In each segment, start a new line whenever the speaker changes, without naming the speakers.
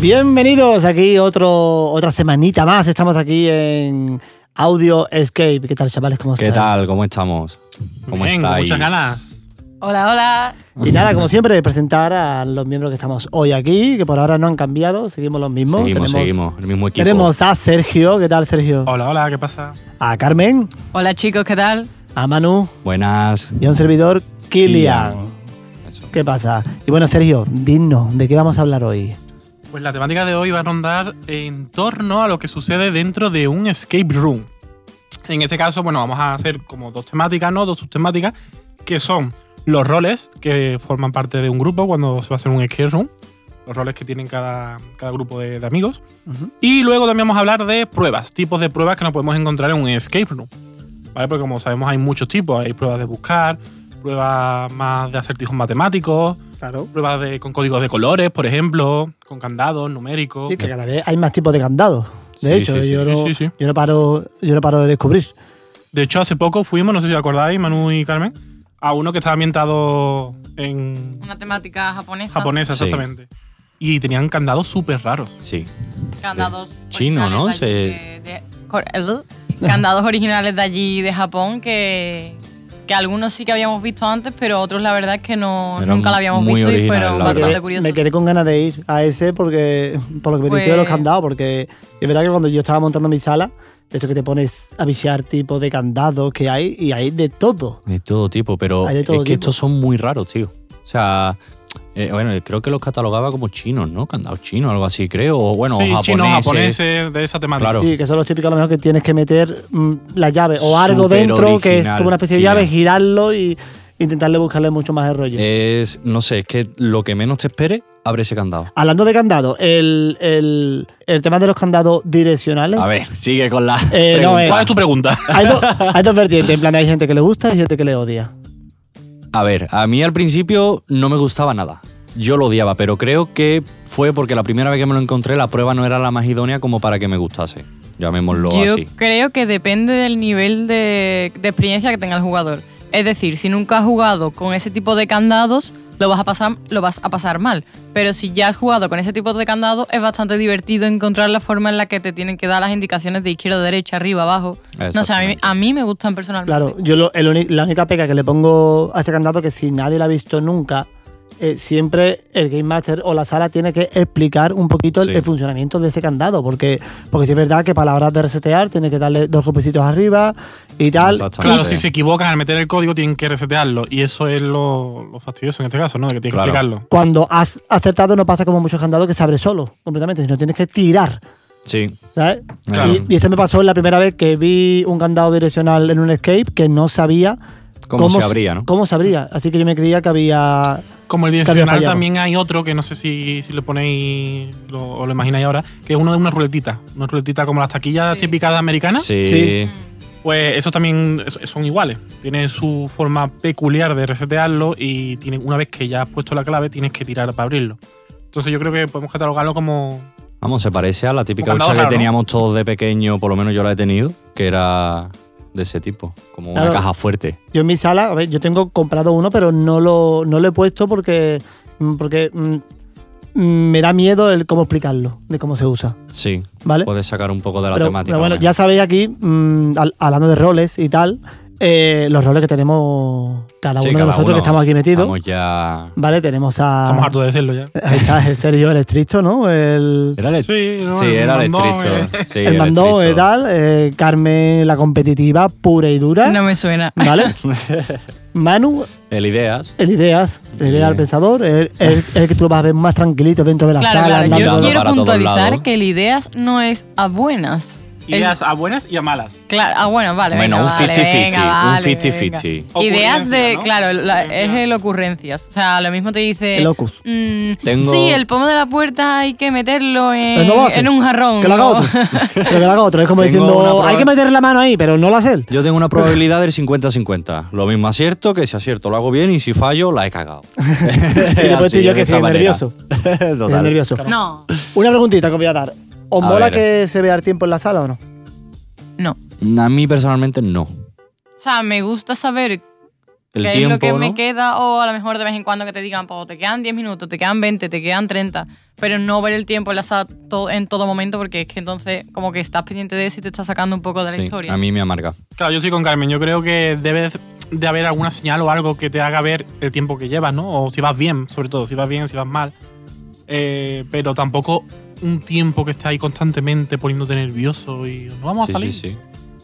Bienvenidos aquí otro, otra semanita más. Estamos aquí en Audio Escape. ¿Qué tal, chavales? ¿Cómo
¿Qué
estáis?
tal? ¿Cómo estamos? ¿Cómo
Vengo,
estáis?
muchas ganas.
Hola, hola.
Y nada, como siempre, presentar a los miembros que estamos hoy aquí, que por ahora no han cambiado, seguimos los mismos.
Seguimos, seguimos. El mismo equipo.
Tenemos a Sergio. ¿Qué tal, Sergio?
Hola, hola, ¿qué pasa?
A Carmen,
Hola chicos, ¿qué tal?
a Manu
Buenas.
y a un servidor, Kilian.
Eso.
¿Qué pasa? Y bueno, Sergio, dinos, ¿de qué vamos a hablar hoy?
Pues la temática de hoy va a rondar en torno a lo que sucede dentro de un escape room. En este caso, bueno, vamos a hacer como dos temáticas, ¿no? Dos subtemáticas, que son los roles que forman parte de un grupo cuando se va a hacer un escape room, los roles que tienen cada, cada grupo de, de amigos. Y luego también vamos a hablar de pruebas, tipos de pruebas que nos podemos encontrar en un escape room. ¿Vale? Porque como sabemos hay muchos tipos, hay pruebas de buscar, pruebas más de acertijos matemáticos,
Claro.
pruebas de, con códigos de colores, por ejemplo, con candados, numéricos.
Y que cada vez hay más tipos de candados. De
Sí,
hecho,
sí, sí,
yo,
sí,
no,
sí, sí.
yo no paro, yo no paro de descubrir.
De hecho, hace poco fuimos, no sé si os acordáis, Manu y Carmen, a uno que estaba ambientado en
Una temática japonesa.
japonesa,
Sí.
exactamente. Y tenían candados súper raros.
Sí.
Candados.
Chino,
originales
¿no?
de allí de- de- cor- el- candados originales de allí de Japón que, que algunos sí que habíamos visto antes, pero otros la verdad es que no,
Eran
nunca la habíamos
muy
visto y
originales,
fueron
la
me,
verdad.
bastante
quedé,
curiosos.
me quedé con ganas de ir a ese porque por lo que me dijiste de los
Pues-
candados, porque es verdad que cuando yo estaba montando mi sala, de eso que te pones a bichear tipos de candados que hay y hay de todo.
De todo tipo, pero
Hay de todo
es que
tipo.
estos son muy raros, tío. O sea, eh, bueno, creo que los catalogaba como chinos, ¿no? Candados chinos, algo así, creo. O bueno,
sí,
japoneses.
chinos, japoneses, de esa temática.
Claro.
Sí, que son los típicos a lo mejor que tienes que meter mm, la llave o algo
Súper
dentro que es
original, Eh.
como una especie de
Kira.
llave, girarlo y intentarle buscarle mucho más el rollo.
Es, no sé, es que lo que menos te espere, abre ese candado.
Hablando de candados, el, el, el tema de los candados direccionales.
A ver, sigue con la.
Eh, no,
pregunta.
eh.
¿Cuál es tu pregunta?
Hay, do- hay dos vertientes, en plan hay gente que le gusta y gente que le odia.
A ver, a mí al principio no me gustaba nada. Yo lo odiaba, pero creo que fue porque la primera vez que me lo encontré, la prueba no era la más idónea como para que me gustase. Llamémoslo
Yo
así.
creo que depende del nivel de, de experiencia que tenga el jugador. Es decir, si nunca has jugado con ese tipo de candados, lo vas a pasar, lo vas a pasar mal. Pero si ya has jugado con ese tipo de candados, es bastante divertido encontrar la forma en la que te tienen que dar las indicaciones de izquierda, derecha, arriba, abajo. No sé, a mí,
Exactamente.
a mí me gustan personalmente.
Claro, yo lo- el uni- la única peca que le pongo a ese candado que si nadie la ha visto nunca, eh, siempre el Game Master o la sala tiene que explicar un poquito el,
Sí.
el funcionamiento de ese candado, porque, porque sí es verdad que para la hora de resetear tiene que darle dos golpecitos arriba y tal.
Exactamente.
Claro, si se equivocan al meter el código tienen que resetearlo. Y eso es lo, lo fastidioso en este caso, ¿no? De que tienes
Claro.
que explicarlo.
Cuando has acertado no pasa como muchos candados que se abre solo completamente, sino tienes que tirar.
Sí, Eh,
¿sabes?
Claro.
Y, y eso me pasó la primera vez que vi un candado direccional en un escape que no sabía
Cómo se abría, ¿no?
Cómo se abría. Así que yo me creía que había
Como el
Que había
direccional
fallado.
también hay otro que no sé si, si lo ponéis lo- o lo imagináis ahora, que es uno de una ruletita. Una ruletita como las taquillas
Sí.
típicas americanas.
sí.
Sí.
Pues esos también es- son iguales. Tienen su forma peculiar de resetearlo y tienen, una vez que ya has puesto la clave tienes que tirar para abrirlo. Entonces yo creo que podemos catalogarlo como...
Vamos, se parece a la típica
Como
hucha
candado
que
raro, ¿no?
teníamos todos de pequeño, por lo menos yo la he tenido, que era de ese tipo, como
Claro.
una caja fuerte.
Yo en mi sala, a ver, yo tengo comprado uno, pero no lo, no lo he puesto porque, porque mm, mm, me da miedo el cómo explicarlo, de cómo se usa.
Sí.
¿Vale?
Puedes sacar un poco de la
Pero,
temática.
pero bueno,
¿no?
ya sabéis aquí, mm, al- hablando de roles y tal, eh, los roles que tenemos cada uno
Sí,
de
cada
nosotros
uno
que estamos aquí metidos.
Estamos ya.
Vale, tenemos
Ah.
a.
Estamos hartos de decirlo ya.
Ahí está, el Sergio, el estricto, ¿no? El, eh.
Era el,
Sí, no, el
era el
mandón,
estricto. Sí,
el mandó
estricto.
y tal. eh, Carmen, la competitiva pura y dura.
No me suena.
¿Vale? Manu,
El ideas.
El ideas, el idea
Bien.
al pensador, el, el- el que tú vas a ver más tranquilito dentro de la
Claro,
sala.
claro.
andando.
Yo
dando
quiero
para todos
puntualizar
lados.
que el ideas no es a buenas.
Ideas a buenas y a malas.
Claro, ah, bueno, vale.
Bueno,
venga,
un
vale,
50-50,
venga,
un
vale,
50-50.
venga. Ideas de,
Ocurrencia, ¿no?
claro, la- es
Ocurrencia.
el ocurrencias. O sea, lo mismo te dice.
El locus.
mm,
Tengo-
Sí, el pomo de la puerta hay que meterlo
Pero
en,
no lo hace.
en un jarrón.
Que lo haga
¿no?
otro. pero que lo haga otro. Es como
Tengo una
diciendo,
prueba-
hay que meter la mano ahí, pero no lo hace él.
Yo tengo una probabilidad del 50-50. Lo mismo acierto que si acierto lo hago bien y si fallo la he cagado.
Y después
Así,
estoy yo
de
que
esa
soy
manera.
nervioso. Estoy
Total.
nervioso.
No,
Una preguntita que os voy a dar. ¿Os
A
mola
ver.
que se vea el tiempo en la sala o no?
no.
A mí personalmente no.
O sea, me gusta saber
El
qué es
tiempo
lo que me
¿no?
queda o a lo mejor de vez en cuando que te digan, Pau, te quedan 10 minutos, te quedan 20, te quedan 30, pero no ver el tiempo en, la sala to- en todo momento porque es que entonces como que estás pendiente de eso y te estás sacando un poco de la
Sí,
historia.
a mí me amarga.
Claro, yo estoy con Carmen. Yo creo que debe de haber alguna señal o algo que te haga ver el tiempo que llevas, ¿no? O si vas bien, sobre todo, si vas bien, si vas mal. Eh, pero tampoco un tiempo que esté ahí constantemente poniéndote nervioso y no vamos
Sí,
a salir.
sí, sí.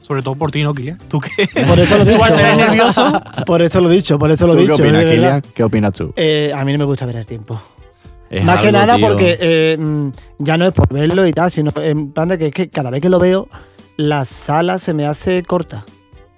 Sobre todo por ti, ¿no, Kilian? ¿Tú qué?
Por eso lo he dicho.
¿Tú al ser nervioso?
Por eso lo he dicho, por eso lo he
¿Tú
dicho.
qué
de
opinas,
verdad.
Kilian? ¿Qué opinas tú?
Eh, a mí no me gusta ver el tiempo.
Es
Más que
algo,
nada
tío.
porque eh, mm, ya no es por verlo y tal, sino en plan de que, es que cada vez que lo veo, la sala se me hace corta.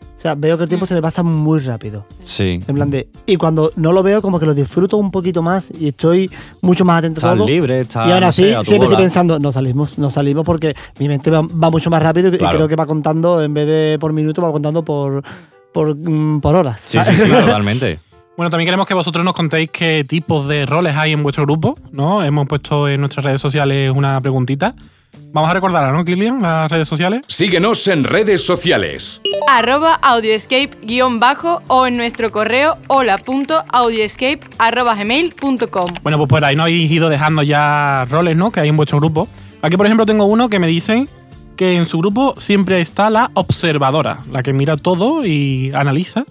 O sea, veo que el tiempo se me pasa muy rápido.
Sí.
En plan de. Y cuando no lo veo, como que lo disfruto un poquito más y estoy mucho más atento a
Estás
todo.
libre, estás.
Y ahora
no
sí,
sé, a tu
siempre estoy
bola.
pensando, no salimos, no salimos porque mi mente va, va mucho más rápido y- y
Claro.
creo que va contando, en vez de por minuto, va contando por, por, mm, por horas.
Sí, sí, sí, totalmente.
Bueno, también queremos que vosotros nos contéis qué tipos de roles hay en vuestro grupo, ¿no? Hemos puesto en nuestras redes sociales una preguntita. Vamos a recordarla, ¿no, Kilian? Las redes sociales.
Síguenos en redes sociales.
arroba audioescape-bajo o en nuestro correo hola.audioescape.gmail.com
Bueno, pues por ahí no habéis ido dejando ya roles, ¿no? Que hay en vuestro grupo. Aquí, por ejemplo, tengo uno que me dicen que en su grupo siempre está la observadora, la que mira todo y analiza,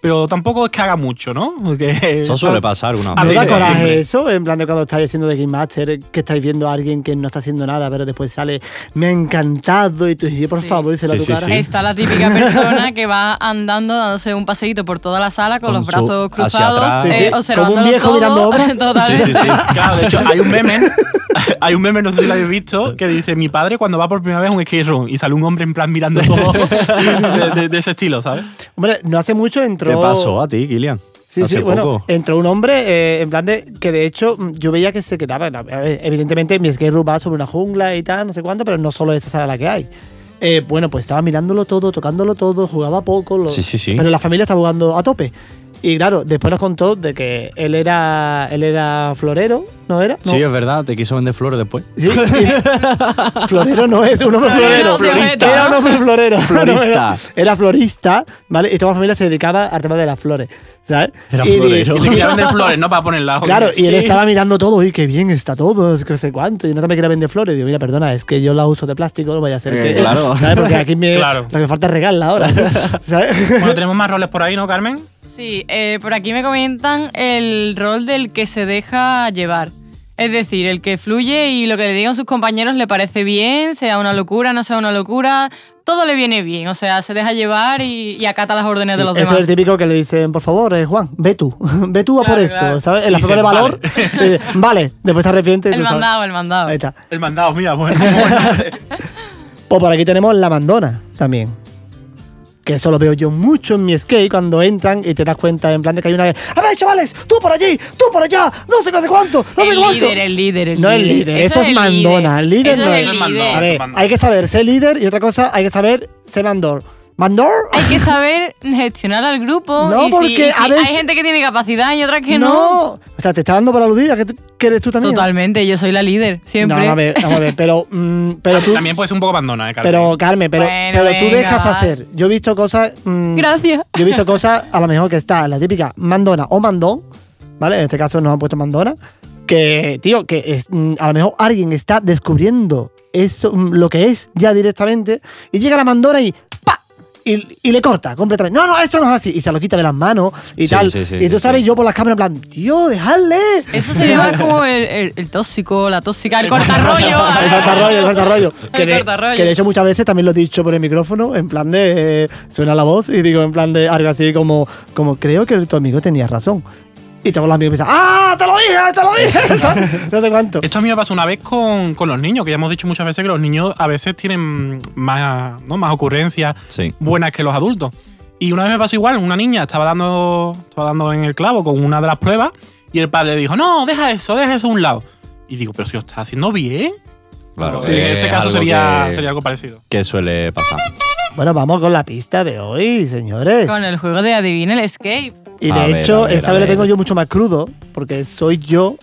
pero tampoco es que haga mucho, ¿no? Que-
Eso suele pasar una
A
¿No
vez.
mí
da
sí,
coraje
siempre.
eso? En plan de cuando estáis haciendo de Game Master, que estáis viendo a alguien que no está haciendo nada, pero después sale, me ha encantado, y tú dices, por favor, díselo a
Sí,
tu
sí,
cara.
sí.
Está la típica persona que va andando, dándose un paseíto por toda la sala con,
Con
los
su-
brazos
hacia atrás.
cruzados,
Sí,
sí.
eh,
Como un
observándolo
viejo
todo,
mirando obras.
total.
Sí, sí, sí.
Claro, de hecho, hay un meme. Hay un meme, no sé si lo habéis visto, que dice: Mi padre cuando va por primera vez a un skate room y sale un hombre en plan mirando todo de, de- de ese estilo, ¿sabes?
Hombre, no hace mucho entró.
Te pasó a ti, Kilian.
Sí,
¿ah? Hace
sí, bueno,
poco.
entró un hombre eh, en plan de que de hecho mm, yo veía que se quedaba. en la- a ver, Evidentemente, mi skate room va sobre una jungla y tal, no sé cuánto, pero no solo esa sala la que hay. Eh, bueno, pues estaba mirándolo todo, tocándolo todo, jugaba poco. lo-
Sí, sí, sí.
Pero la familia estaba jugando a tope. Y claro, después nos contó de que él era, él era florero, ¿no era? No.
Sí, es verdad, te quiso vender flores después.
Sí, sí. florero no es, un hombre florero.
Florero, Florista.
Era un hombre florero.
Florista.
era, era florista, ¿vale? Y toda la familia se dedicaba al tema de las flores, ¿sabes?
Era
Y-
florero.
Y te quería vender flores, ¿no? Para ponerla. hombre.
Claro, y él
Sí.
estaba mirando todo, y qué bien está todo, es que no sé cuánto, y no me quiere vender flores. Digo, mira, perdona, es que yo las uso de plástico, no vaya a ser
Eh,
que.
claro.
¿Sabes? Porque aquí me,
Claro.
lo que me falta es regarla ahora. ¿Sabes?
Bueno, tenemos más roles por ahí, ¿no, Carmen?
Sí, eh, por aquí me comentan el rol del que se deja llevar. Es decir, el que fluye y lo que le digan sus compañeros le parece bien, sea una locura, no sea una locura, todo le viene bien. O sea, se deja llevar y, y acata las órdenes de los
Eso
demás.
es típico que le dicen, por favor, eh, Juan, ve tú, ve tú a por
Claro,
esto,
claro.
¿sabes? En la prueba
Dicen,
de valor, eh, vale, después se arrepiente. y
el
tú sabes.
mandado, el mandado.
Ahí está.
El mandado, mira, bueno. bueno.
Pues por aquí tenemos la mandona también. Que eso lo veo yo mucho en mi skate cuando entran y te das cuenta en plan de que hay una vez. A ver, chavales, tú por allí, tú por allá, no sé qué, no sé cuánto, no sé
el
cuánto.
líder, el líder, el
no
líder.
el líder, eso, es,
el
mandona. El líder
Eso
no
es
es.
el
mandón.
líder.
A ver,
mandona.
hay que saber ser líder y otra cosa, hay que saber ser mandor. ¿Mandor?
Hay que saber gestionar al grupo.
No,
y si-
porque
y si
a veces-
hay gente que tiene capacidad y otra que no.
O sea, te está dando por aludida, que, que eres tú también.
Totalmente, yo soy la líder,
No,
siempre.
vamos a ver, vamos a ver, pero, mm, pero tú.
También puede ser un poco abandona, ¿eh, Carmen?
Pero Carmen, pero,
Bueno,
pero tú
venga,
dejas
va.
hacer. Yo he visto cosas. mm,
Gracias.
Yo he visto cosas, a lo mejor que está la típica mandona o mandón, ¿vale? En este caso nos han puesto mandona. Que, tío, que es, mm, a lo mejor alguien está descubriendo eso, mm, lo que es ya directamente, y llega la mandona y ¡pa! Y, y le corta completamente. No, no, esto no es así. Y se lo quita de las manos y
Sí,
tal.
sí, sí,
y tú
sí,
sabes,
sí.
yo por las cámaras, en plan, tío, dejadle.
Eso se llama como el, el- el tóxico, la tóxica, el cortarrollo.
El cortarrollo, el cortarrollo.
El
Que de,
cortarrollo.
que de hecho muchas veces también lo he dicho por el micrófono, en plan de... eh, suena la voz y digo en plan de algo así como, como creo que tu amigo tenía razón. Y todos los amigos empiezan, ¡ah! ¡Te lo dije! ¡Te lo dije! ¿sabes? no sé cuánto.
Esto a mí me pasó una vez con, con los niños, que ya hemos dicho muchas veces que los niños a veces tienen más, ¿no? más ocurrencias
Sí.
buenas que los adultos. Y una vez me pasó igual, una niña estaba dando, estaba dando en el clavo con una de las pruebas y el padre dijo, no, deja eso, deja eso a un lado. Y digo, pero si lo está haciendo bien.
Claro,
en
es
ese caso
algo
sería,
que-
sería algo parecido.
que suele pasar.
Bueno, vamos con la pista de hoy, señores.
Con el juego de Adivina el Escape.
Y de
A ver,
hecho,
a ver,
esta
a
vez lo
ver.
tengo yo mucho más crudo, porque soy yo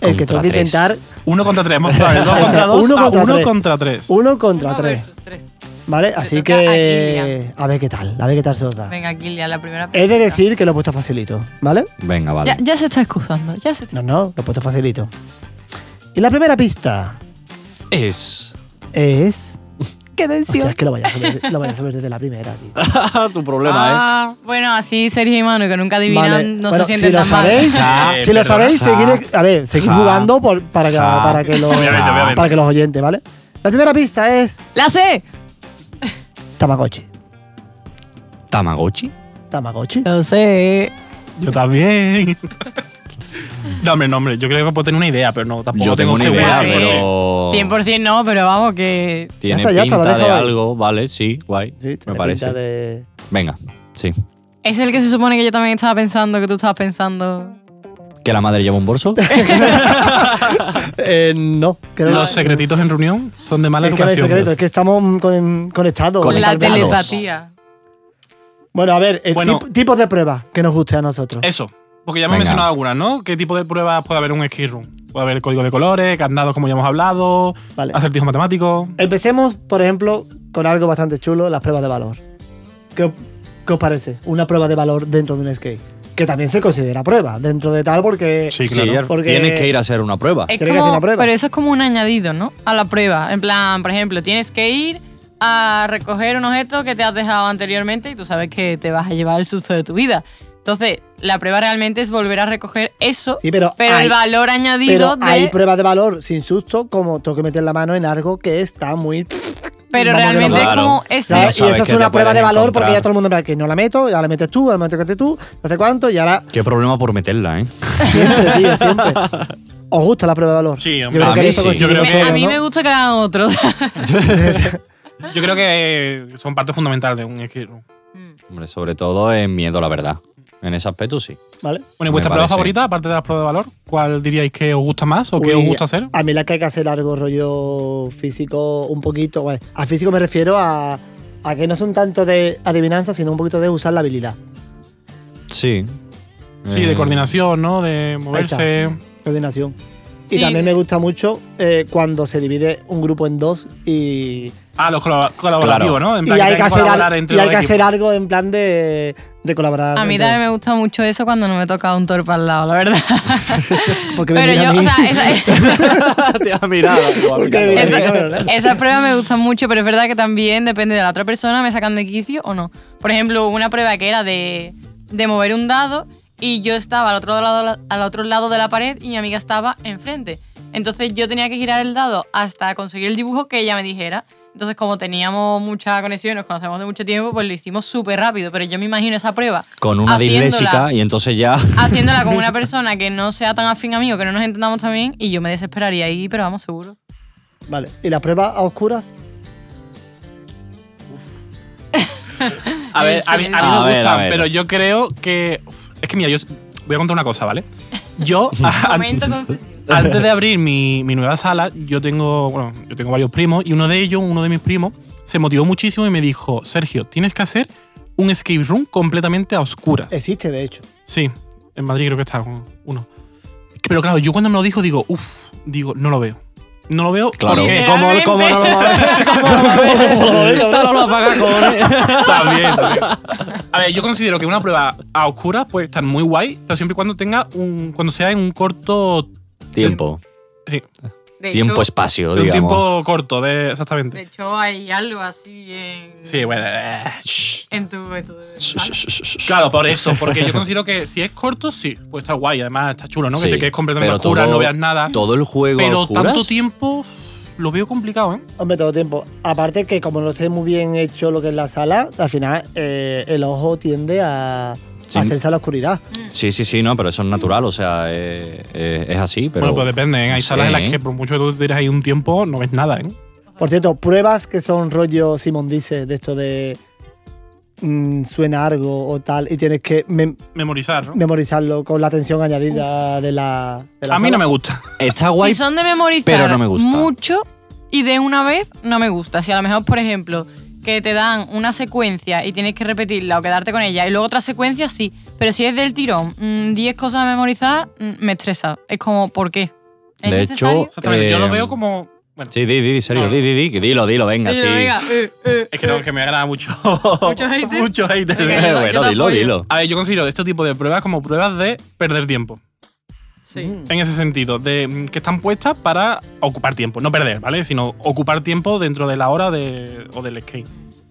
el que
Contra
tengo que
tres.
intentar
Uno contra tres, vamos a ver, dos
Ahí está,
contra dos
uno
a
contra
uno
tres.
contra tres.
uno contra
Uno
tres.
versus tres.
¿Vale? Así
toca a
que.
Kilian.
A ver qué tal, a ver qué tal se os da.
Venga, Kilian, la primera
He de
pregunta.
decir que lo he puesto facilito, ¿vale?
Venga, vale.
Ya, ya se está excusando, ya se está
No, no, lo he puesto facilito. Y la primera pista
Es.
es.
Qué tensión.
Hostia, es que lo vaya a saber, lo vaya a saber desde la primera, tío.
tu problema,
Ah, bueno, así Sergio y Manu, que nunca adivinan,
¿eh? Vale,
no
bueno,
se sienten
si lo
tan mal.
sabéis,
Ja,
si lo
perdón,
sabéis,
ja.
seguid, a ver, seguid
Ja.
jugando por- para, que,
Ja.
para, que los,
Obviamente, obviamente.
para que los oyentes, ¿vale? La primera pista es
¡La sé!
Tamagotchi.
¿eh? ¿Tamagotchi?
Tamagotchi.
Lo sé.
Yo también. no, hombre, no, hombre, yo creo que puedo tener una idea, pero no, tampoco
Yo tengo una
segura,
idea,
sí.
segura, segura.
pero.
100% no, pero vamos que...
Tiene
Ya está, ya está, lo
pinta de
dejo ahí.
algo, vale, sí, guay.
Sí, tiene
me
pinta
parece.
de-
Venga, sí.
Es el que se supone que yo también estaba pensando, que tú estabas pensando...
¿Que la madre lleva un bolso?
Eh, no, creo
Los secretitos en reunión son de mala
es que, no hay
educación.
secreto, es que estamos mm, con- conectados.
La
Conectados.
totalmente.
telepatía.
Bueno, a ver, eh,
Bueno.
tip- tipos de pruebas que nos guste a nosotros.
Eso, porque ya hemos
Venga.
mencionado algunas, ¿no? ¿Qué tipo de pruebas puede haber en un ski room? Puede haber código de colores, candados como ya hemos hablado,
Vale.
acertijos matemáticos.
Empecemos, por ejemplo, con algo bastante chulo, las pruebas de valor. ¿Qué, qué os parece? Una prueba de valor dentro de un skate. Que también se considera prueba dentro de tal porque...
Sí,
Sí,
claro.
Jer,
porque-
tienes que ir a hacer una prueba.
Es
Tiene que hacer
como-
una prueba.
pero eso es como un añadido, ¿no? A la prueba. En plan, por ejemplo, tienes que ir a recoger un objeto que te has dejado anteriormente y tú sabes que te vas a llevar el susto de tu vida. Entonces, la prueba realmente es volver a recoger eso,
Sí, pero hay-
el valor
Pero
añadido de...
hay pruebas de valor sin susto, como tengo que meter la mano en algo que está muy...
Pero
Vamos, que
realmente
no-
es
Claro.
como
O sea,
Ya
ese...
y
sabes
eso es
que
una
te
prueba de
pueden
valor
encontrar.
porque ya todo el mundo me que no la meto, ya la metes tú, ahora la metes tú, no sé cuánto, y ahora
Qué problema por meterla, ¿eh?
siempre, tío, siempre. ¿Os gusta la prueba de valor?
Sí,
yo
hombre.
creo
A
que
mí
eso
sí.
coincide
Yo creo
con
que-
todo,
a mí
¿no?
me gusta que la hagan otros.
Yo creo que son parte fundamental de un ski room.
Hombre, sobre todo en miedo, la verdad. En ese aspecto sí.
¿Vale?
Bueno,
Me
¿y vuestra prueba
parece.
favorita, aparte de las pruebas de valor? ¿Cuál diríais que os gusta más o qué os
Uy, ah.
gusta hacer?
A mí la que hay que hacer algo rollo físico, un poquito. Bueno, a físico me refiero a, a que no son tanto de adivinanza, sino un poquito de usar la habilidad.
Sí.
Sí, de
Eh,
coordinación, ¿no? De moverse.
Coordinación. Y
Sí.
también me gusta mucho eh, cuando se divide un grupo en dos y,
Ah, los colab- colaborativos,
Claro.
¿no? En
y
plan
hay que,
tengan
hacer,
colaborar
al-
entre
y
los
hay que
equipos.
hacer algo en plan de, de colaborar.
A mí
entre-
también me gusta mucho eso cuando no me toca un torpe al lado, la verdad.
Porque me
Pero
mira
yo,
a
o
mí.
sea, esa-
Te has mirado. tú,
Porque
amiga.
me mira a mí,
Esa,
cabrón.
esa prueba me gusta mucho, pero es verdad que también depende de la otra persona, me sacan de quicio o no. Por ejemplo, hubo una prueba que era de, de mover un dado y yo estaba al otro, lado, al otro lado de la pared y mi amiga estaba enfrente. Entonces yo tenía que girar el dado hasta conseguir el dibujo que ella me dijera. Entonces, como teníamos mucha conexión y nos conocemos de mucho tiempo, pues lo hicimos súper rápido. Pero yo me imagino esa prueba.
Con una
haciéndola-
disléxica y entonces ya.
Haciéndola con una persona que no sea tan afín a mí o que no nos entendamos tan bien y yo me desesperaría ahí, pero vamos, seguro.
Vale. ¿Y las pruebas a oscuras?
A ver, a mí, a mí
A
me
ver,
gustan,
a ver.
pero yo creo que. Uf, Es que mira, yo s- voy a contar una cosa, ¿vale? Yo, a-
Momento
an-
concesión.
antes de abrir mi, mi nueva sala, yo tengo, bueno, yo tengo varios primos y uno de ellos, uno de mis primos, se motivó muchísimo y me dijo, Sergio, tienes que hacer un escape room completamente a oscuras.
Existe, de hecho.
Sí, en Madrid creo que está un- uno. Pero claro, yo cuando me lo dijo digo, uff, digo, no lo veo. No lo veo
Claro.
porque
¿Cómo-
cómo no lo va
Tal lo apaga con.
También. A ver, yo considero que una prueba a oscuras puede estar muy guay, pero siempre y cuando tenga un. cuando sea en un corto. eh,
Tiempo.
sí,
De hecho-
Tiempo-espacio,
un
digamos.
tiempo corto, de,
De
exactamente.
hecho, hay algo así en,
Sí, bueno. eh, shh.
en tu... en tu-
Claro, por eso, porque yo considero que si es corto, sí, puede estar guay. Además, está chulo, ¿no?
Sí,
que te quedes completamente a
pero
oscuras,
todo-
no veas nada.
Todo el juego. a
Pero
oscuras.
tanto tiempo lo veo complicado, ¿eh?
Hombre, todo el tiempo. Aparte que como no esté muy bien hecho lo que es la sala, al final eh, el ojo tiende a,
Sí.
hacerse a la oscuridad.
Sí, sí, sí, no, pero eso es natural, o sea, eh, eh, es así. Pero,
bueno, pues depende, ¿eh? hay
Sí,
salas en las
¿eh?
que por mucho que tú te tires ahí un tiempo, no ves nada, ¿eh?
Por cierto, pruebas que son rollo Simón dice de esto de mm, suena algo o tal y tienes que mem-
Memorizar, ¿no?
memorizarlo con la tensión añadida de la, de la
A mí
sala.
no me gusta.
Está guay.
si son de memorizar
pero no me gusta.
mucho y de una vez, no me gusta. Si a lo mejor, por ejemplo, que te dan una secuencia y tienes que repetirla o quedarte con ella y luego otra secuencia, sí. Pero si es del tirón, mm, 10 cosas a memorizar, mm, me estresa. Es como, ¿por qué? ¿Es
De
necesario?
hecho,
Exactamente. Yo
Eh,
lo veo como. Bueno,
Sí, di, di, di, serio,
No.
di, di, di, que dilo, dilo, venga, sí.
Dilo, venga, eh, eh,
es que no, que me agrada mucho.
Mucho hater.
Mucho hater.
Venga,
Eh,
yo- yo
bueno,
te
dilo,
apoyo.
dilo.
A ver, yo considero este tipo de pruebas como pruebas de perder tiempo.
sí.
En ese sentido, de mm, que están puestas para ocupar tiempo, no perder, ¿vale? Sino ocupar tiempo dentro de la hora de, o del skate.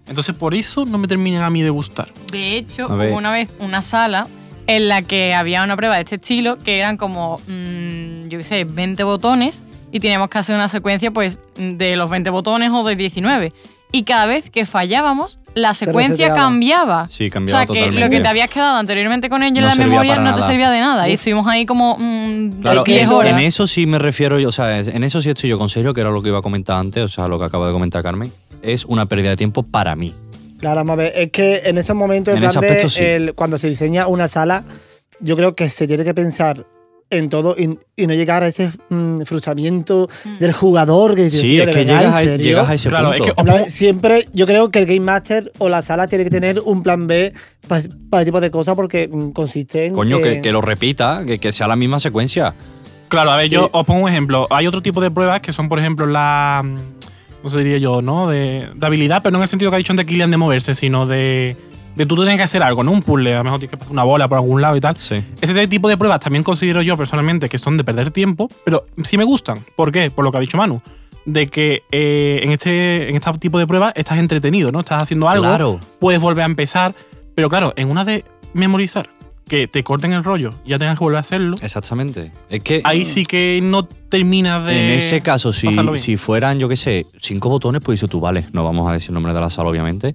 Entonces, por eso no me terminan a mí de gustar.
De hecho,
A ver.
hubo una vez una sala en la que había una prueba de este estilo que eran como, mm, yo qué sé, 20 botones y teníamos que hacer una secuencia pues mm, de los 20 botones o de 19. Y cada vez que fallábamos, la secuencia
reseteaba.
cambiaba.
Sí, cambiaba
O sea, que lo que
totalmente.
te habías quedado anteriormente con ello
No
en la
servía
memoria
para
no te
nada.
servía de nada. Y estuvimos ahí como mm,
Claro,
10
en,
horas.
en eso sí me refiero yo, o sea, en eso sí estoy yo con serio, que era lo que iba a comentar antes, o sea, lo que acaba de comentar Carmen, es una pérdida de tiempo para mí.
Claro, vamos a ver, es que en esos momentos, en
En ese
plan de,
aspecto, sí.
el- cuando se diseña una sala, yo creo que se tiene que pensar en todo y, y no llegar a ese mm, frustramiento del jugador que dice,
Sí,
"Tío,
es
¿de
que
verdad,
llegas
en
a, e-
serio?".
llegas a ese
Claro,
punto.
es que-
En plan, Siempre yo creo que el Game Master o la sala tiene que tener un plan B pa- para ese tipo de cosas porque mm, consiste en.
Coño, que, que lo repita, que, que sea la misma secuencia.
Claro, a ver,
Sí.
yo os pongo un ejemplo. Hay otro tipo de pruebas que son, por ejemplo, la. mm, No sé, diría yo, ¿no? De, de habilidad, pero no en el sentido que ha dicho antes Killian de moverse, sino de. De tú tienes que hacer algo, ¿no? Un puzzle, a lo mejor tienes que pasar una bola por algún lado y tal.
Sí.
Ese tipo de pruebas también considero yo personalmente que son de perder tiempo, pero sí me gustan. ¿Por qué? Por lo que ha dicho Manu. De que eh, en, este, en este tipo de pruebas estás entretenido, ¿no? Estás haciendo algo,
Claro.
puedes volver a empezar. Pero claro, en una de memorizar, que te corten el rollo y ya tengas que volver a hacerlo,
Exactamente. Es que
ahí sí que no terminas de.
en ese caso, si,
pasarlo bien.
si fueran, yo qué sé, cinco botones, pues dices tú, vale, no vamos a decir el nombre de la sala, obviamente.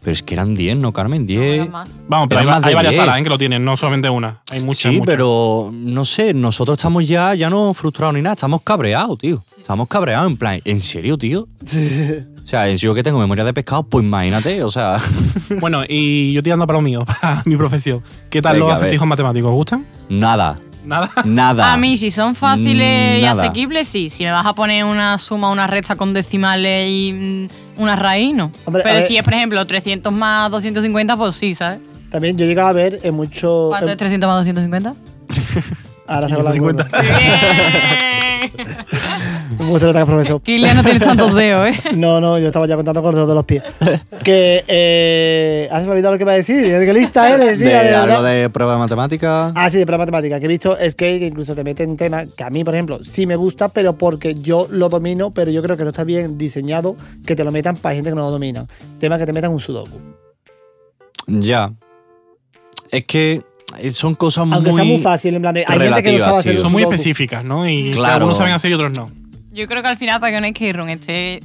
Pero es que eran diez, ¿no, Carmen?
No,
Diez.
era más.
Vamos, pero hay,
Eran
va-
más de
hay varias
10.
salas ¿eh? que lo tienen, no solamente una. Hay muchas.
sí,
muchas.
pero no sé, nosotros estamos ya, ya no frustrados ni nada, estamos cabreados, tío. Estamos cabreados en plan, ¿en serio, tío? o sea, yo que tengo memoria de pescado, pues imagínate, o sea,
Bueno, y yo tirando para lo mío, para mi profesión. ¿Qué tal
Venga,
los
a ver.
acertijos matemáticos? ¿Os gustan?
nada,
Nada.
nada.
A mí, si son fáciles y
Nada.
asequibles, sí. Si me vas a poner una suma, una resta con decimales y mm, una raíz, no.
Hombre, a
Pero
ver.
si es, por ejemplo, 300 más 250, pues sí, ¿sabes?
También yo llegaba a ver en muchos.
¿Cuánto es 300 más 250?
Ahora saco la
550.
cuenta. Me gusta lo que haga, profesor.
Kilian no tiene tantos dedos, ¿eh?
No, no, yo estaba ya contando con los dedos de los pies. Que. Eh, ahora se me ha olvidado lo que iba a decir. ¿De ¿Qué lista eres? Sí,
de,
la de verdad.
algo de prueba de matemática.
Ah, sí, de prueba matemática. Que he visto es que incluso te meten temas que a mí, por ejemplo, sí me gusta, pero porque yo lo domino, pero yo creo que no está bien diseñado que te lo metan para gente que no lo domina. Tema que te metan un sudoku.
Ya. Es que eh, son cosas
Aunque
muy.
sea muy fácil, en plan de. Hay gente que no
relativa,
sabe hacer
tío.
un
Son muy
sudoku.
específicas, ¿no? Y
Claro.
claro. algunos saben hacer y otros no.
Yo creo que al final, para que un skate room esté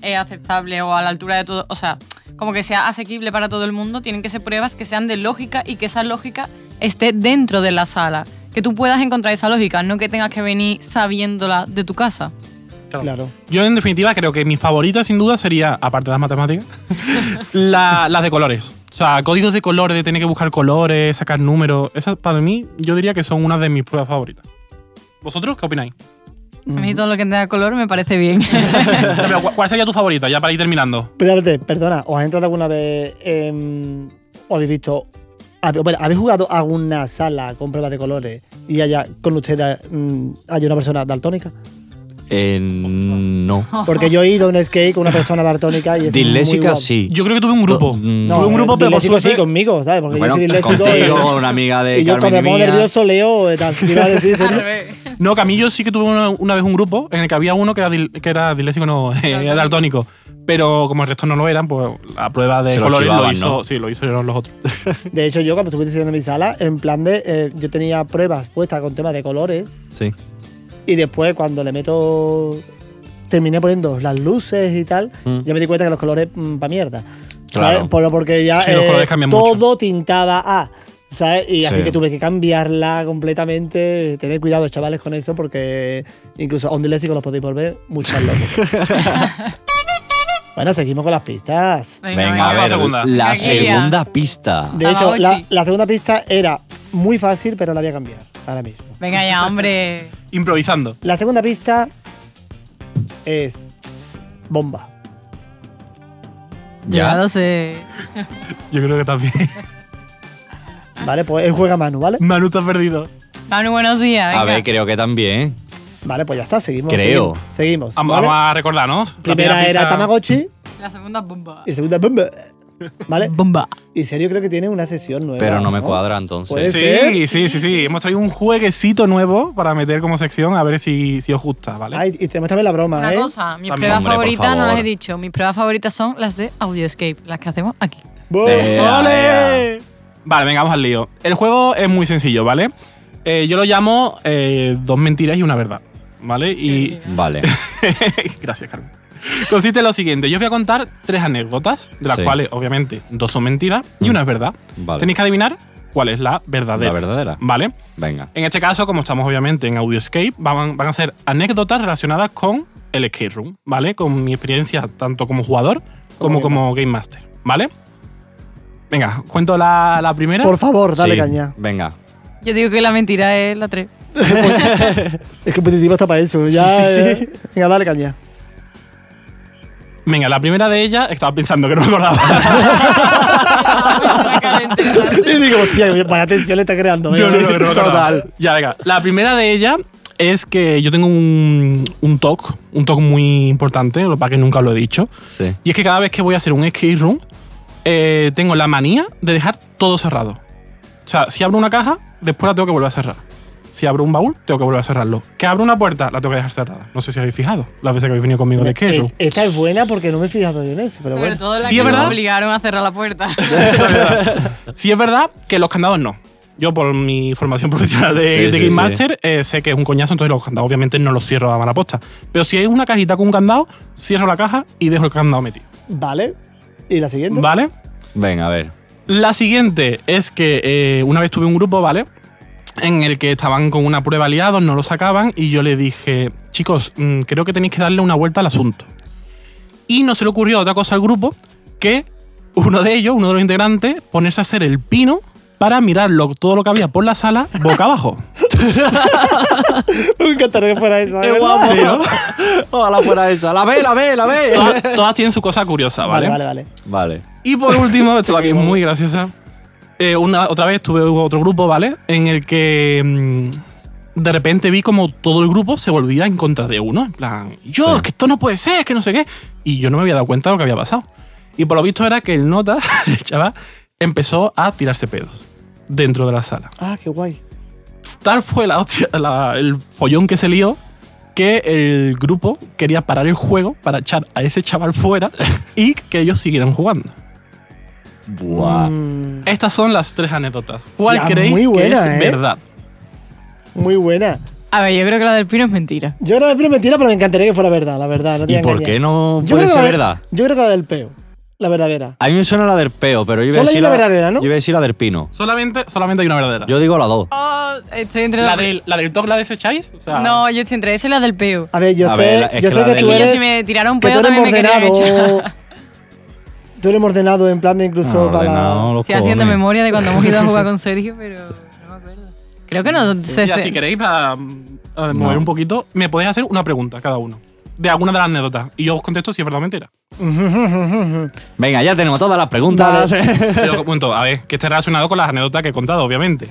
eh, aceptable o a la altura de todo, o sea, como que sea asequible para todo el mundo, tienen que ser pruebas que sean de lógica y que esa lógica esté dentro de la sala. Que tú puedas encontrar esa lógica, no que tengas que venir sabiéndola de tu casa.
Claro.
Yo, en definitiva, creo que mi favorita, sin duda, sería, aparte de las matemáticas, la- las de colores. O sea, códigos de colores, de tener que buscar colores, sacar números. Esas, para mí, yo diría que son una de mis pruebas favoritas. ¿Vosotros qué opináis?
A mí todo lo que tenga color me parece bien.
Pero, ¿cu- ¿Cuál sería tu favorita? Ya para ir terminando.
Pero espérate, perdona, ¿os ha entrado alguna vez. em, ¿O habéis visto. hab- bueno, ¿Habéis jugado a una sala con pruebas de colores y haya con ustedes mm, haya una persona daltónica?
Eh, no.
Porque yo he ido a un skate con una persona daltónica Ah, y es. muy
Disléxica
guapo.
sí.
Yo creo que tuve un grupo.
To- mm,
No, eh,
tuve un grupo, pero por
disléxico sí
suerte.
conmigo, ¿sabes? Porque
bueno,
yo soy disléxico.
contigo,
y-
una amiga de
y yo cuando
Carmen
me
y
pongo
mía.
nervioso leo eh, tal. iba a decir,
Al
¿no?
revés.
No, que a mí yo sí que tuve una, una vez un grupo en el que había uno que era, dil- que era disléxico, no, eh, era daltónico. Pero como el resto no lo eran, pues la prueba de
Se lo
colores lo,
chivaban,
hizo.
¿no?
Sí, lo hicieron los otros.
De hecho, yo cuando estuve diseñando mi sala, en plan de. eh, yo tenía pruebas puestas con temas de colores
Sí.
y después cuando le meto. Terminé poniendo las luces y tal,
Mm.
ya me di cuenta que los colores para mierda.
Claro.
¿Sabes? Por- porque ya
Sí, los colores cambian
todo tintaba a. ¿sabes? Y así
Sí.
que tuve que cambiarla completamente. Tener cuidado, chavales, con eso, porque incluso a un disléxico los podéis volver mucho más locos. bueno, seguimos con las pistas.
Venga, a
venga,
ver,
la segunda.
la
Venga,
segunda pista.
De hecho, la,
Tamagotchi.
la segunda pista era muy fácil, pero la voy a cambiar ahora mismo.
Venga ya, hombre.
Improvisando.
La segunda pista es bomba.
Ya
Ya.
lo sé.
Yo creo que también.
¿Vale? Pues él juega Manu, ¿vale?
Manu, te has perdido.
Manu, buenos días.
A
venga.
ver, creo que también.
Vale, pues ya está, seguimos.
Creo.
Seguimos. seguimos,
Vamos,
¿vale?
vamos a recordarnos. La
Primera era ¿eh?
pista-
Tamagotchi
La segunda bomba.
y segunda bomba. ¿Vale?
Bomba.
Y serio creo que tiene una sesión nueva.
Pero no me cuadra entonces.
Puede ser.
Sí, sí, sí, sí. Hemos traído un jueguecito nuevo para meter como sección a ver si, si os gusta, ¿vale?
Ay, y tenemos también la broma,
Una
¿eh?
cosa, mis
También.
pruebas
Hombre, por
favoritas no las he
favor.
dicho. Mis pruebas favoritas son las de Audio Escape, las que hacemos aquí.
Bo-
Eh,
¡Ole! Vale, venga, vamos al lío. El juego es muy sencillo, ¿vale? Eh, yo lo llamo eh, dos mentiras y una verdad, ¿vale? Y
Vale.
Gracias, Carmen. Consiste en lo siguiente: yo os voy a contar tres anécdotas, de las
Sí.
cuales, obviamente, dos son mentiras y una es verdad.
Vale.
Tenéis que adivinar cuál es la verdadera.
La verdadera.
¿Vale?
Venga.
En este caso, como estamos obviamente en Audioscape, van, van a ser anécdotas relacionadas con el escape room, ¿vale? Con mi experiencia tanto como jugador como como Game Master, ¿vale? Venga, cuento la, la primera.
Por favor, Pues dale
Sí,
caña.
Venga.
Yo digo que la mentira es la 3.
Es que competitivo está para eso. Ya,
sí, sí.
eh. Venga, dale caña.
Venga, la primera de ellas, estaba pensando que no me acordaba.
y digo, hostia, vaya tensión le está creando. eh. venga.
No, no, no, no, no, no. Ya, venga. La primera de ellas es que yo tengo un, un TOC, un TOC muy importante, lo para que nunca lo he dicho.
Sí.
Y es que cada vez que voy a hacer un escape room, eh, tengo la manía de dejar todo cerrado. O sea, si abro una caja, después la tengo que volver a cerrar. Si abro un baúl, tengo que volver a cerrarlo. Que abro una puerta, la tengo que dejar cerrada. No sé si habéis fijado las veces que habéis venido conmigo de escape
Eh,
room.
Esta es buena porque no me he fijado yo en eso, pero
Sobre
bueno.
todo la
Sí,
que
es
nos
verdad.
obligaron a cerrar la puerta.
Sí es verdad que los candados no. Yo por mi formación profesional de,
Sí,
de
sí,
Game
sí.
Master eh, sé que es un coñazo, entonces los candados obviamente no los cierro a mala posta. Pero si hay una cajita con un candado, cierro la caja y dejo el candado metido.
Vale. ¿Y la siguiente?
¿Vale?
Venga, a ver.
La siguiente es que eh, una vez tuve un grupo, ¿vale? En el que estaban con una prueba liados, no lo sacaban, y yo le dije, chicos, mm, creo que tenéis que darle una vuelta al asunto. Y no se le ocurrió otra cosa al grupo que uno de ellos, uno de los integrantes, ponerse a hacer el pino para mirar lo- todo lo que había por la sala boca abajo.
Me encantaría que fuera esa. ¿verdad?
Sí, ¿no? Ojalá fuera eso. La ve, la ve, la ve.
Todas, todas tienen su cosa curiosa,
Vale,
Ah, ¿vale?
vale, vale.
Vale.
Y por último, esta también es muy graciosa. eh, una, otra vez tuve otro grupo, ¿vale? En el que mm, de repente vi como todo el grupo se volvía en contra de uno. En plan, yo,
Sí.
es que esto no puede ser, es que no sé qué. Y yo no me había dado cuenta de lo que había pasado. Y por lo visto era que el nota, el chaval, empezó a tirarse pedos dentro de la sala.
Ah, qué guay.
Tal fue la hostia- la- el follón que se lió que el grupo quería parar el juego para echar a ese chaval fuera y que ellos siguieran jugando.
Buah.
Estas son las tres anécdotas. ¿Cuál
Ya,
creéis
Mm. muy buena,
que es
¿eh?
verdad?
Muy buena.
A ver, yo creo que la del pino es mentira.
Yo creo que es pura mentira, pero me encantaría que fuera verdad, la verdad. No te
¿Y
voy a
por
engañar.
qué no
Yo creo
puede
que
ser
la-
verdad?
Yo creo que la del peo. La verdadera.
A mí me suena la del peo, pero yo iba a
Solo hay
decir
una verdadera, ¿no?
Yo iba a decir la del pino.
Solamente, solamente hay una verdadera.
Yo digo la dos.
Oh, estoy entre
¿La, del, ¿La del TOC la desecháis? O sea,
No, yo estoy entre esa y la del peo.
A ver, yo
A
sé,
ver, la- es
yo
que
sé
la
que
del-
tú
Y yo
eres.
si me tirara un
que tú
peo,
eres
también me querían
ordenado.
echar.
Tú eres ordenado en plan de incluso
Ah, ordenado,
para.
los
Estoy haciendo
cojones.
memoria de cuando hemos ido a jugar con Sergio, pero no me acuerdo. Creo que no se
Mira, si queréis, para mm, a mover
No.
un poquito, me podéis hacer una pregunta cada uno. De alguna de las anécdotas. Y yo os contesto si es verdad o mentira.
Venga, ya tenemos todas las preguntas.
Pero os cuento, a ver, que esté relacionado con las anécdotas que he contado, obviamente.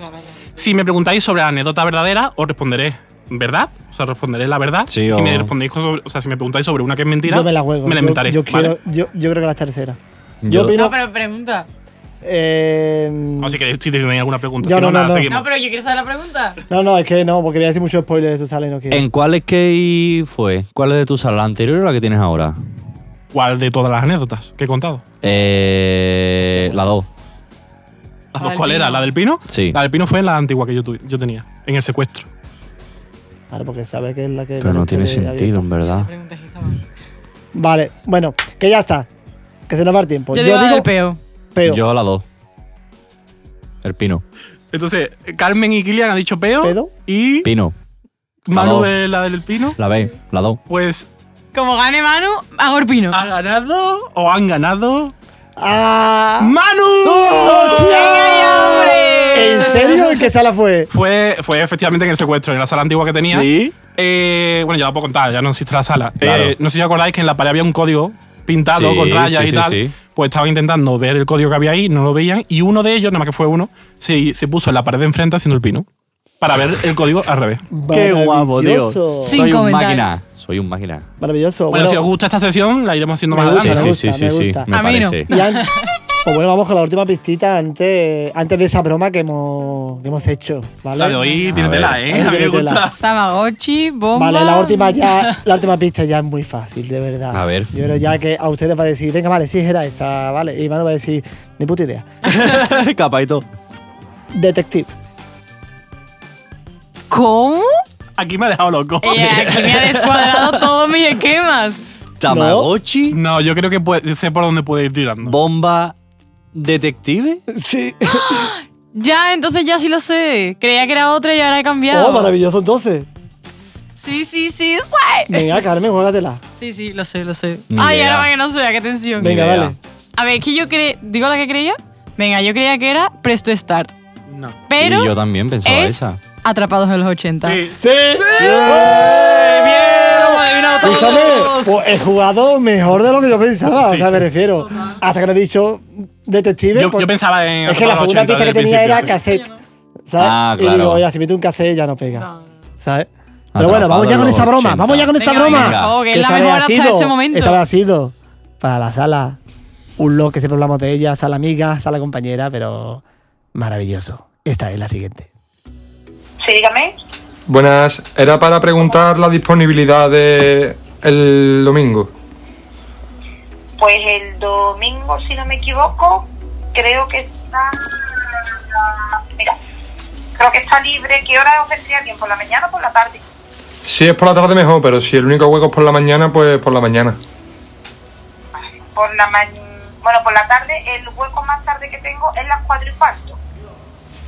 Si me preguntáis sobre la anécdota verdadera, os responderé verdad. O sea, responderé la verdad.
Sí,
si
o-
me respondéis sobre- o sea, si me preguntáis sobre una que es mentira,
Yo me la juego. Yo-
inventaré.
Yo,
¿vale?
quiero, yo, yo creo que la tercera. Yo,
Yo-
opino.
No, pero pregunta.
eh,
O si queréis, si tenéis alguna pregunta.
Yo
si no,
no, no,
nada,
no.
seguimos.
No, pero yo quiero saber la pregunta.
no, no, es que no, porque voy a decir muchos spoilers, eso sale y no quiero.
¿En cuál es que fue? ¿Cuál es de tu sala? ¿La anterior o la que tienes ahora?
¿Cuál de todas las anécdotas que he contado?
Eh, la dos.
¿Las
La
dos
del
cuál era?
pino.
¿La del pino?
Sí.
La del pino fue la antigua que yo, tuve- yo tenía, en el secuestro.
Claro, porque sabe que es la que.
Pero no tiene
que-
sentido, en
La
verdad.
pregunta es esa. Yo,
Vale, bueno, que Pues
E
ya está. Que se nos va el tiempo.
digo la del peo.
peo.
Yo la dos. El pino.
Entonces, Carmen y Kilian han dicho peo.
¿Pedo?
Y
Pino.
Manu
Pado.
de la del Pino.
La B, la do.
Pues
Como gane Manu, hago el pino.
ha ganado o han ganado.
¡Ah! ¡Oh,
¡Manu! ¡Oh,
¿En serio? ¿En qué sala fue?
Fue, fue efectivamente en el secuestro, en la sala antigua que tenía.
Sí.
Eh, bueno, ya lo puedo contar, ya no existe la sala.
Claro.
Eh, no sé si acordáis que en la pared había un código pintado
Sí,
con rayas
sí,
y
sí,
tal.
sí.
Pues estaba intentando ver el código que había ahí, no lo veían. Y uno de ellos, nada más que fue uno, se, se puso en la pared de enfrente haciendo el pino para ver el código al revés.
Qué guapo, tío.
Maravilloso.
Sí. Sin
Soy un
comentarios.
máquina. Soy un máquina.
Maravilloso.
Bueno,
Bueno,
si os gusta esta sesión, la iremos haciendo
Me
más
gusta,
adelante.
Ah, me gusta, me gusta.
Me
A mí no.
parece.
y an- pues bueno, vamos con la última pistita antes, antes de esa broma que hemos, que hemos hecho. ¿vale?
La de hoy tiene
A
tela,
ver.
¿eh? A mí me
Tiene tela.
gusta.
Tamagotchi, bomba.
Vale, la última ya, la última pista ya es muy fácil, de verdad.
A ver.
Yo creo ya que a ustedes va a decir, venga, vale, sí, era esa, vale. Y Manu va a decir, ni puta idea.
Capaito.
Detective.
¿Cómo?
Aquí me ha dejado loco.
Eh, aquí me ha descuadrado todos mis esquemas.
Tamagotchi.
No, yo creo que puede- sé por dónde puede ir tirando.
Bomba. Detective.
Sí.
Ya, entonces ya sí lo sé. Creía que era otra y ahora he cambiado.
Oh, maravilloso entonces.
Sí, sí, sí, sí.
Venga, Carmen, juégatela.
Sí, sí, lo sé, lo sé.
Ni
Ay,
idea.
ahora va que no sé, qué tensión.
Venga,
idea.
vale.
A ver, es que yo cre... ¿Digo la que creía? Venga, yo creía que era Presto Start.
No.
Pero
y yo también pensaba
es
esa.
Atrapados en los 80.
Sí.
¡Sí! Escúchame, pues he jugado mejor de lo que yo pensaba, o sea, me refiero. Hasta que lo he dicho detective.
Yo,
pues,
yo pensaba en.
Es que la
los
segunda
80
pista que
del
tenía era
principio, sí.
cassette. ¿Sabes?
Ah, claro.
Y digo, oye, si mete un cassette ya no pega. ¿Sabes? Pero bueno,
Atrapado
vamos ya
en
con
los
esa broma.
80.
Vamos ya con esta
Venga,
broma.
venga, por
favor, que es la
esta vez
mejor
ha
hasta
sido-
este momento.
Esta vez ha sido para la sala. Un log que siempre hablamos de ella, sala amiga, sala compañera, pero maravilloso. Esta es la siguiente.
Sí, dígame.
Buenas, era para preguntar la disponibilidad de el domingo.
Pues el domingo, si no me equivoco, creo que está. Mira, creo que está libre. ¿Qué hora os vendría bien? ¿Por la mañana o por la tarde?
Si es por la tarde mejor, pero si el único hueco es por la mañana, pues por la mañana.
Por la ma- Bueno, por la tarde, el hueco más tarde que tengo es las cuatro y cuarto.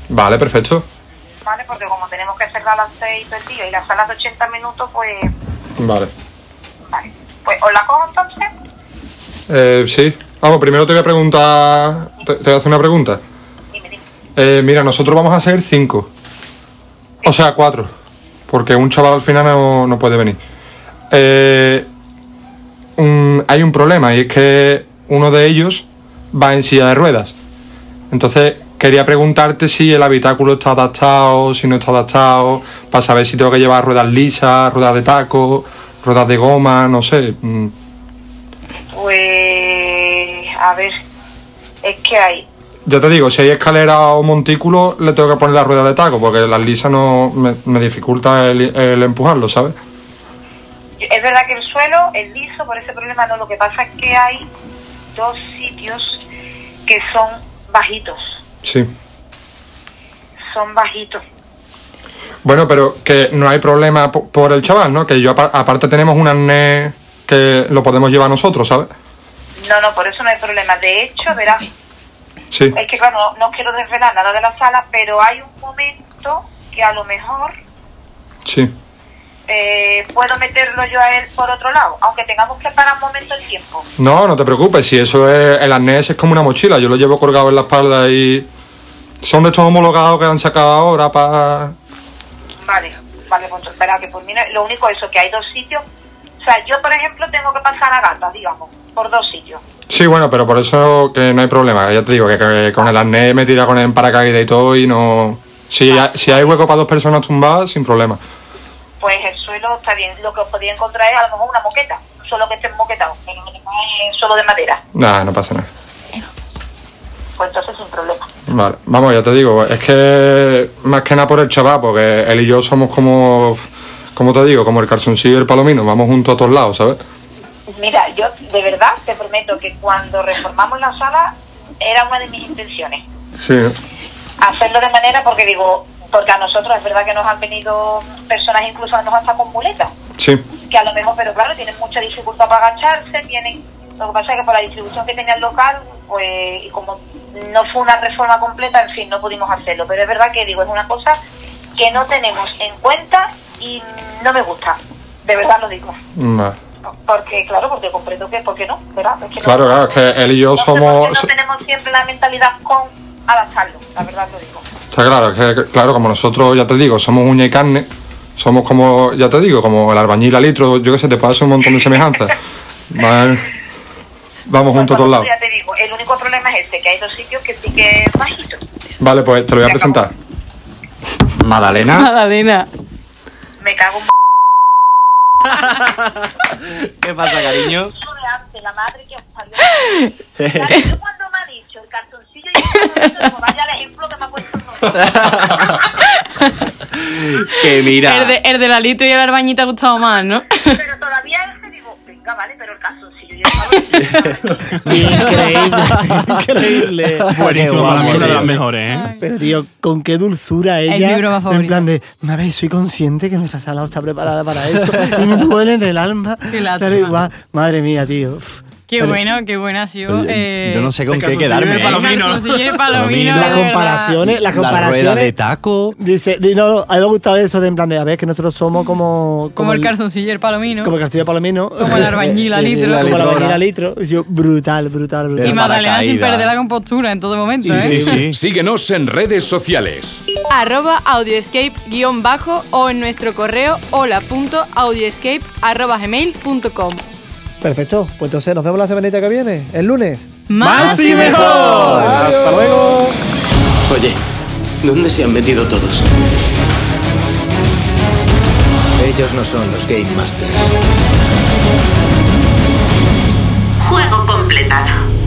Vale, perfecto.
¿Vale? Porque como tenemos que cerrar a las seis todo el día y las salas de 80 minutos, pues.
Vale.
Vale. Pues, ¿os la cojo entonces?
Eh, sí. Vamos, primero te voy a preguntar. Te, te voy a hacer una pregunta.
Dime, dime.
Eh, mira, nosotros vamos a ser cinco. O sea, cuatro. Porque un chaval al final no, no puede venir. Eh, un- hay un problema y es que uno de ellos va en silla de ruedas. Entonces, quería preguntarte si el habitáculo está adaptado, si no está adaptado, para saber si tengo que llevar ruedas lisas, ruedas de taco, ruedas de goma, no sé. mm,
Pues. A ver. Es que hay.
Ya te digo, si hay escalera o montículo, le tengo que poner la rueda de taco, porque las lisas no me, me dificulta el, el empujarlo, ¿sabes?
Yo- Es verdad que el suelo es liso, por ese problema no. Lo que pasa es que hay dos sitios que son bajitos.
Sí.
Son bajitos.
Bueno, pero que no hay problema po- por el chaval, ¿no? Que yo apa- aparte tenemos un arnés que lo podemos llevar nosotros, ¿sabes?
No, no, por eso no hay problema. De hecho, verás,
Sí.
es que claro, no, no quiero desvelar nada de la sala, pero hay un momento que a lo mejor
Sí.
eh, puedo meterlo yo a él por otro lado, aunque tengamos que parar un momento el tiempo.
No, no te preocupes, si eso es. El arnés es como una mochila, yo lo llevo colgado en la espalda y. Son de estos homologados que han sacado ahora para.
Vale, vale, pues espera, que por mí no- lo único eso, que hay dos sitios. O sea, yo, por ejemplo, tengo que pasar a gata, digamos, por dos sitios.
Sí, bueno, pero por eso que no hay problema. Ya te digo que, que con el arnés me tira con el paracaídas y todo y no... Si, ha- si hay hueco para dos personas tumbadas, sin problema.
Pues el suelo está bien, lo que os podría encontrar es a lo mejor una moqueta, un suelo que esté moquetado, en- en- en suelo de madera.
Nada, no pasa nada.
Pues entonces sin problema.
Vale, vamos, ya te digo, es que más que nada por el chaval, porque él y yo somos como... ¿Cómo te digo? Como el calzoncillo y el palomino, vamos juntos a todos lados, ¿sabes?
Mira, yo de verdad te prometo que cuando reformamos la sala era una de mis intenciones.
Sí, ¿no?
Hacerlo de manera porque digo, porque a nosotros es verdad que nos han venido personas incluso nos hasta con muletas,
sí,
que a lo mejor, pero claro, tienen mucha dificultad para agacharse, tienen, Lo que pasa es que por la distribución que tenía el local, pues, y como no fue una reforma completa, en fin, no pudimos hacerlo. Pero es verdad que digo, es una cosa que no tenemos en cuenta y no me gusta. De verdad lo digo.
Vale.
Porque, claro, porque comprendo que, ¿por qué no? ¿Verdad? Es que no-
Claro, claro, es que él y yo
no sé por qué
somos.
No tenemos siempre la mentalidad con adaptarlo, la verdad lo digo.
Está claro, es que, claro, como nosotros, ya te digo, somos uña y carne, somos como, ya te digo, como el albañil al litro, yo que sé, te pasa un montón de semejanzas. Vale. Vamos juntos a todos lados.
Ya te digo, el único problema es este, que hay dos sitios que sí que es bajito.
Vale, pues te lo voy a
Se acabó.
presentar.
Madalena.
Madalena.
Me cago en
¿Qué pasa, cariño?
de antes, la madre que os parió. Claro, yo cuando me ha dicho el cartoncillo y el cartoncillo, digo, vaya el ejemplo que me ha puesto el novio.
Que
El de, el de la litro y el albañita ha gustado más, ¿no?
Pero todavía ese digo, venga, vale, pero el cartoncillo y el cartoncillo.
Increíble, increíble.
Buenísimo,
Qué
para
guapo,
mí una de
tío.
las mejores, ¿eh?
Pero tío, con qué dulzura ella.
mi broma
en
favorita.
plan de, una vez soy consciente que nuestra sala está preparada para eso. y me duele del alma.
Qué
Tal
lástima.
igual. Madre mía, tío. Uf.
Qué
Pero
bueno, qué buena ha sido. eh,
Yo no sé con
el
qué
calzoncillo
quedarme.
de
¿eh?
palomino.
calzoncillo y palomino,
Palomino.
de
Las
verdad.
comparaciones, las
La
comparaciones.
rueda de taco.
Dice, di- no, no, a mí me ha gustado eso de en plan de, a ver, que nosotros somos como.
Como el calzoncillo y el palomino.
Como el calcillo palomino.
Como el albañil a
El- el
litro.
Como la
Litrona.
vainilla litro. Yo, brutal, brutal, brutal.
Y
El
Magdalena sin
paracaídas.
perder la compostura en todo momento, ¿eh?
Sí, sí.
Síguenos en redes sociales.
Arroba audioescape-bajo o en nuestro correo hola.audioescape.gmail.com
Perfecto. Pues entonces nos vemos la semanita que viene, el lunes.
Más y mejor.
Hasta luego.
Oye, ¿dónde se han metido todos? Ellos no son los Game Masters.
Juego completado.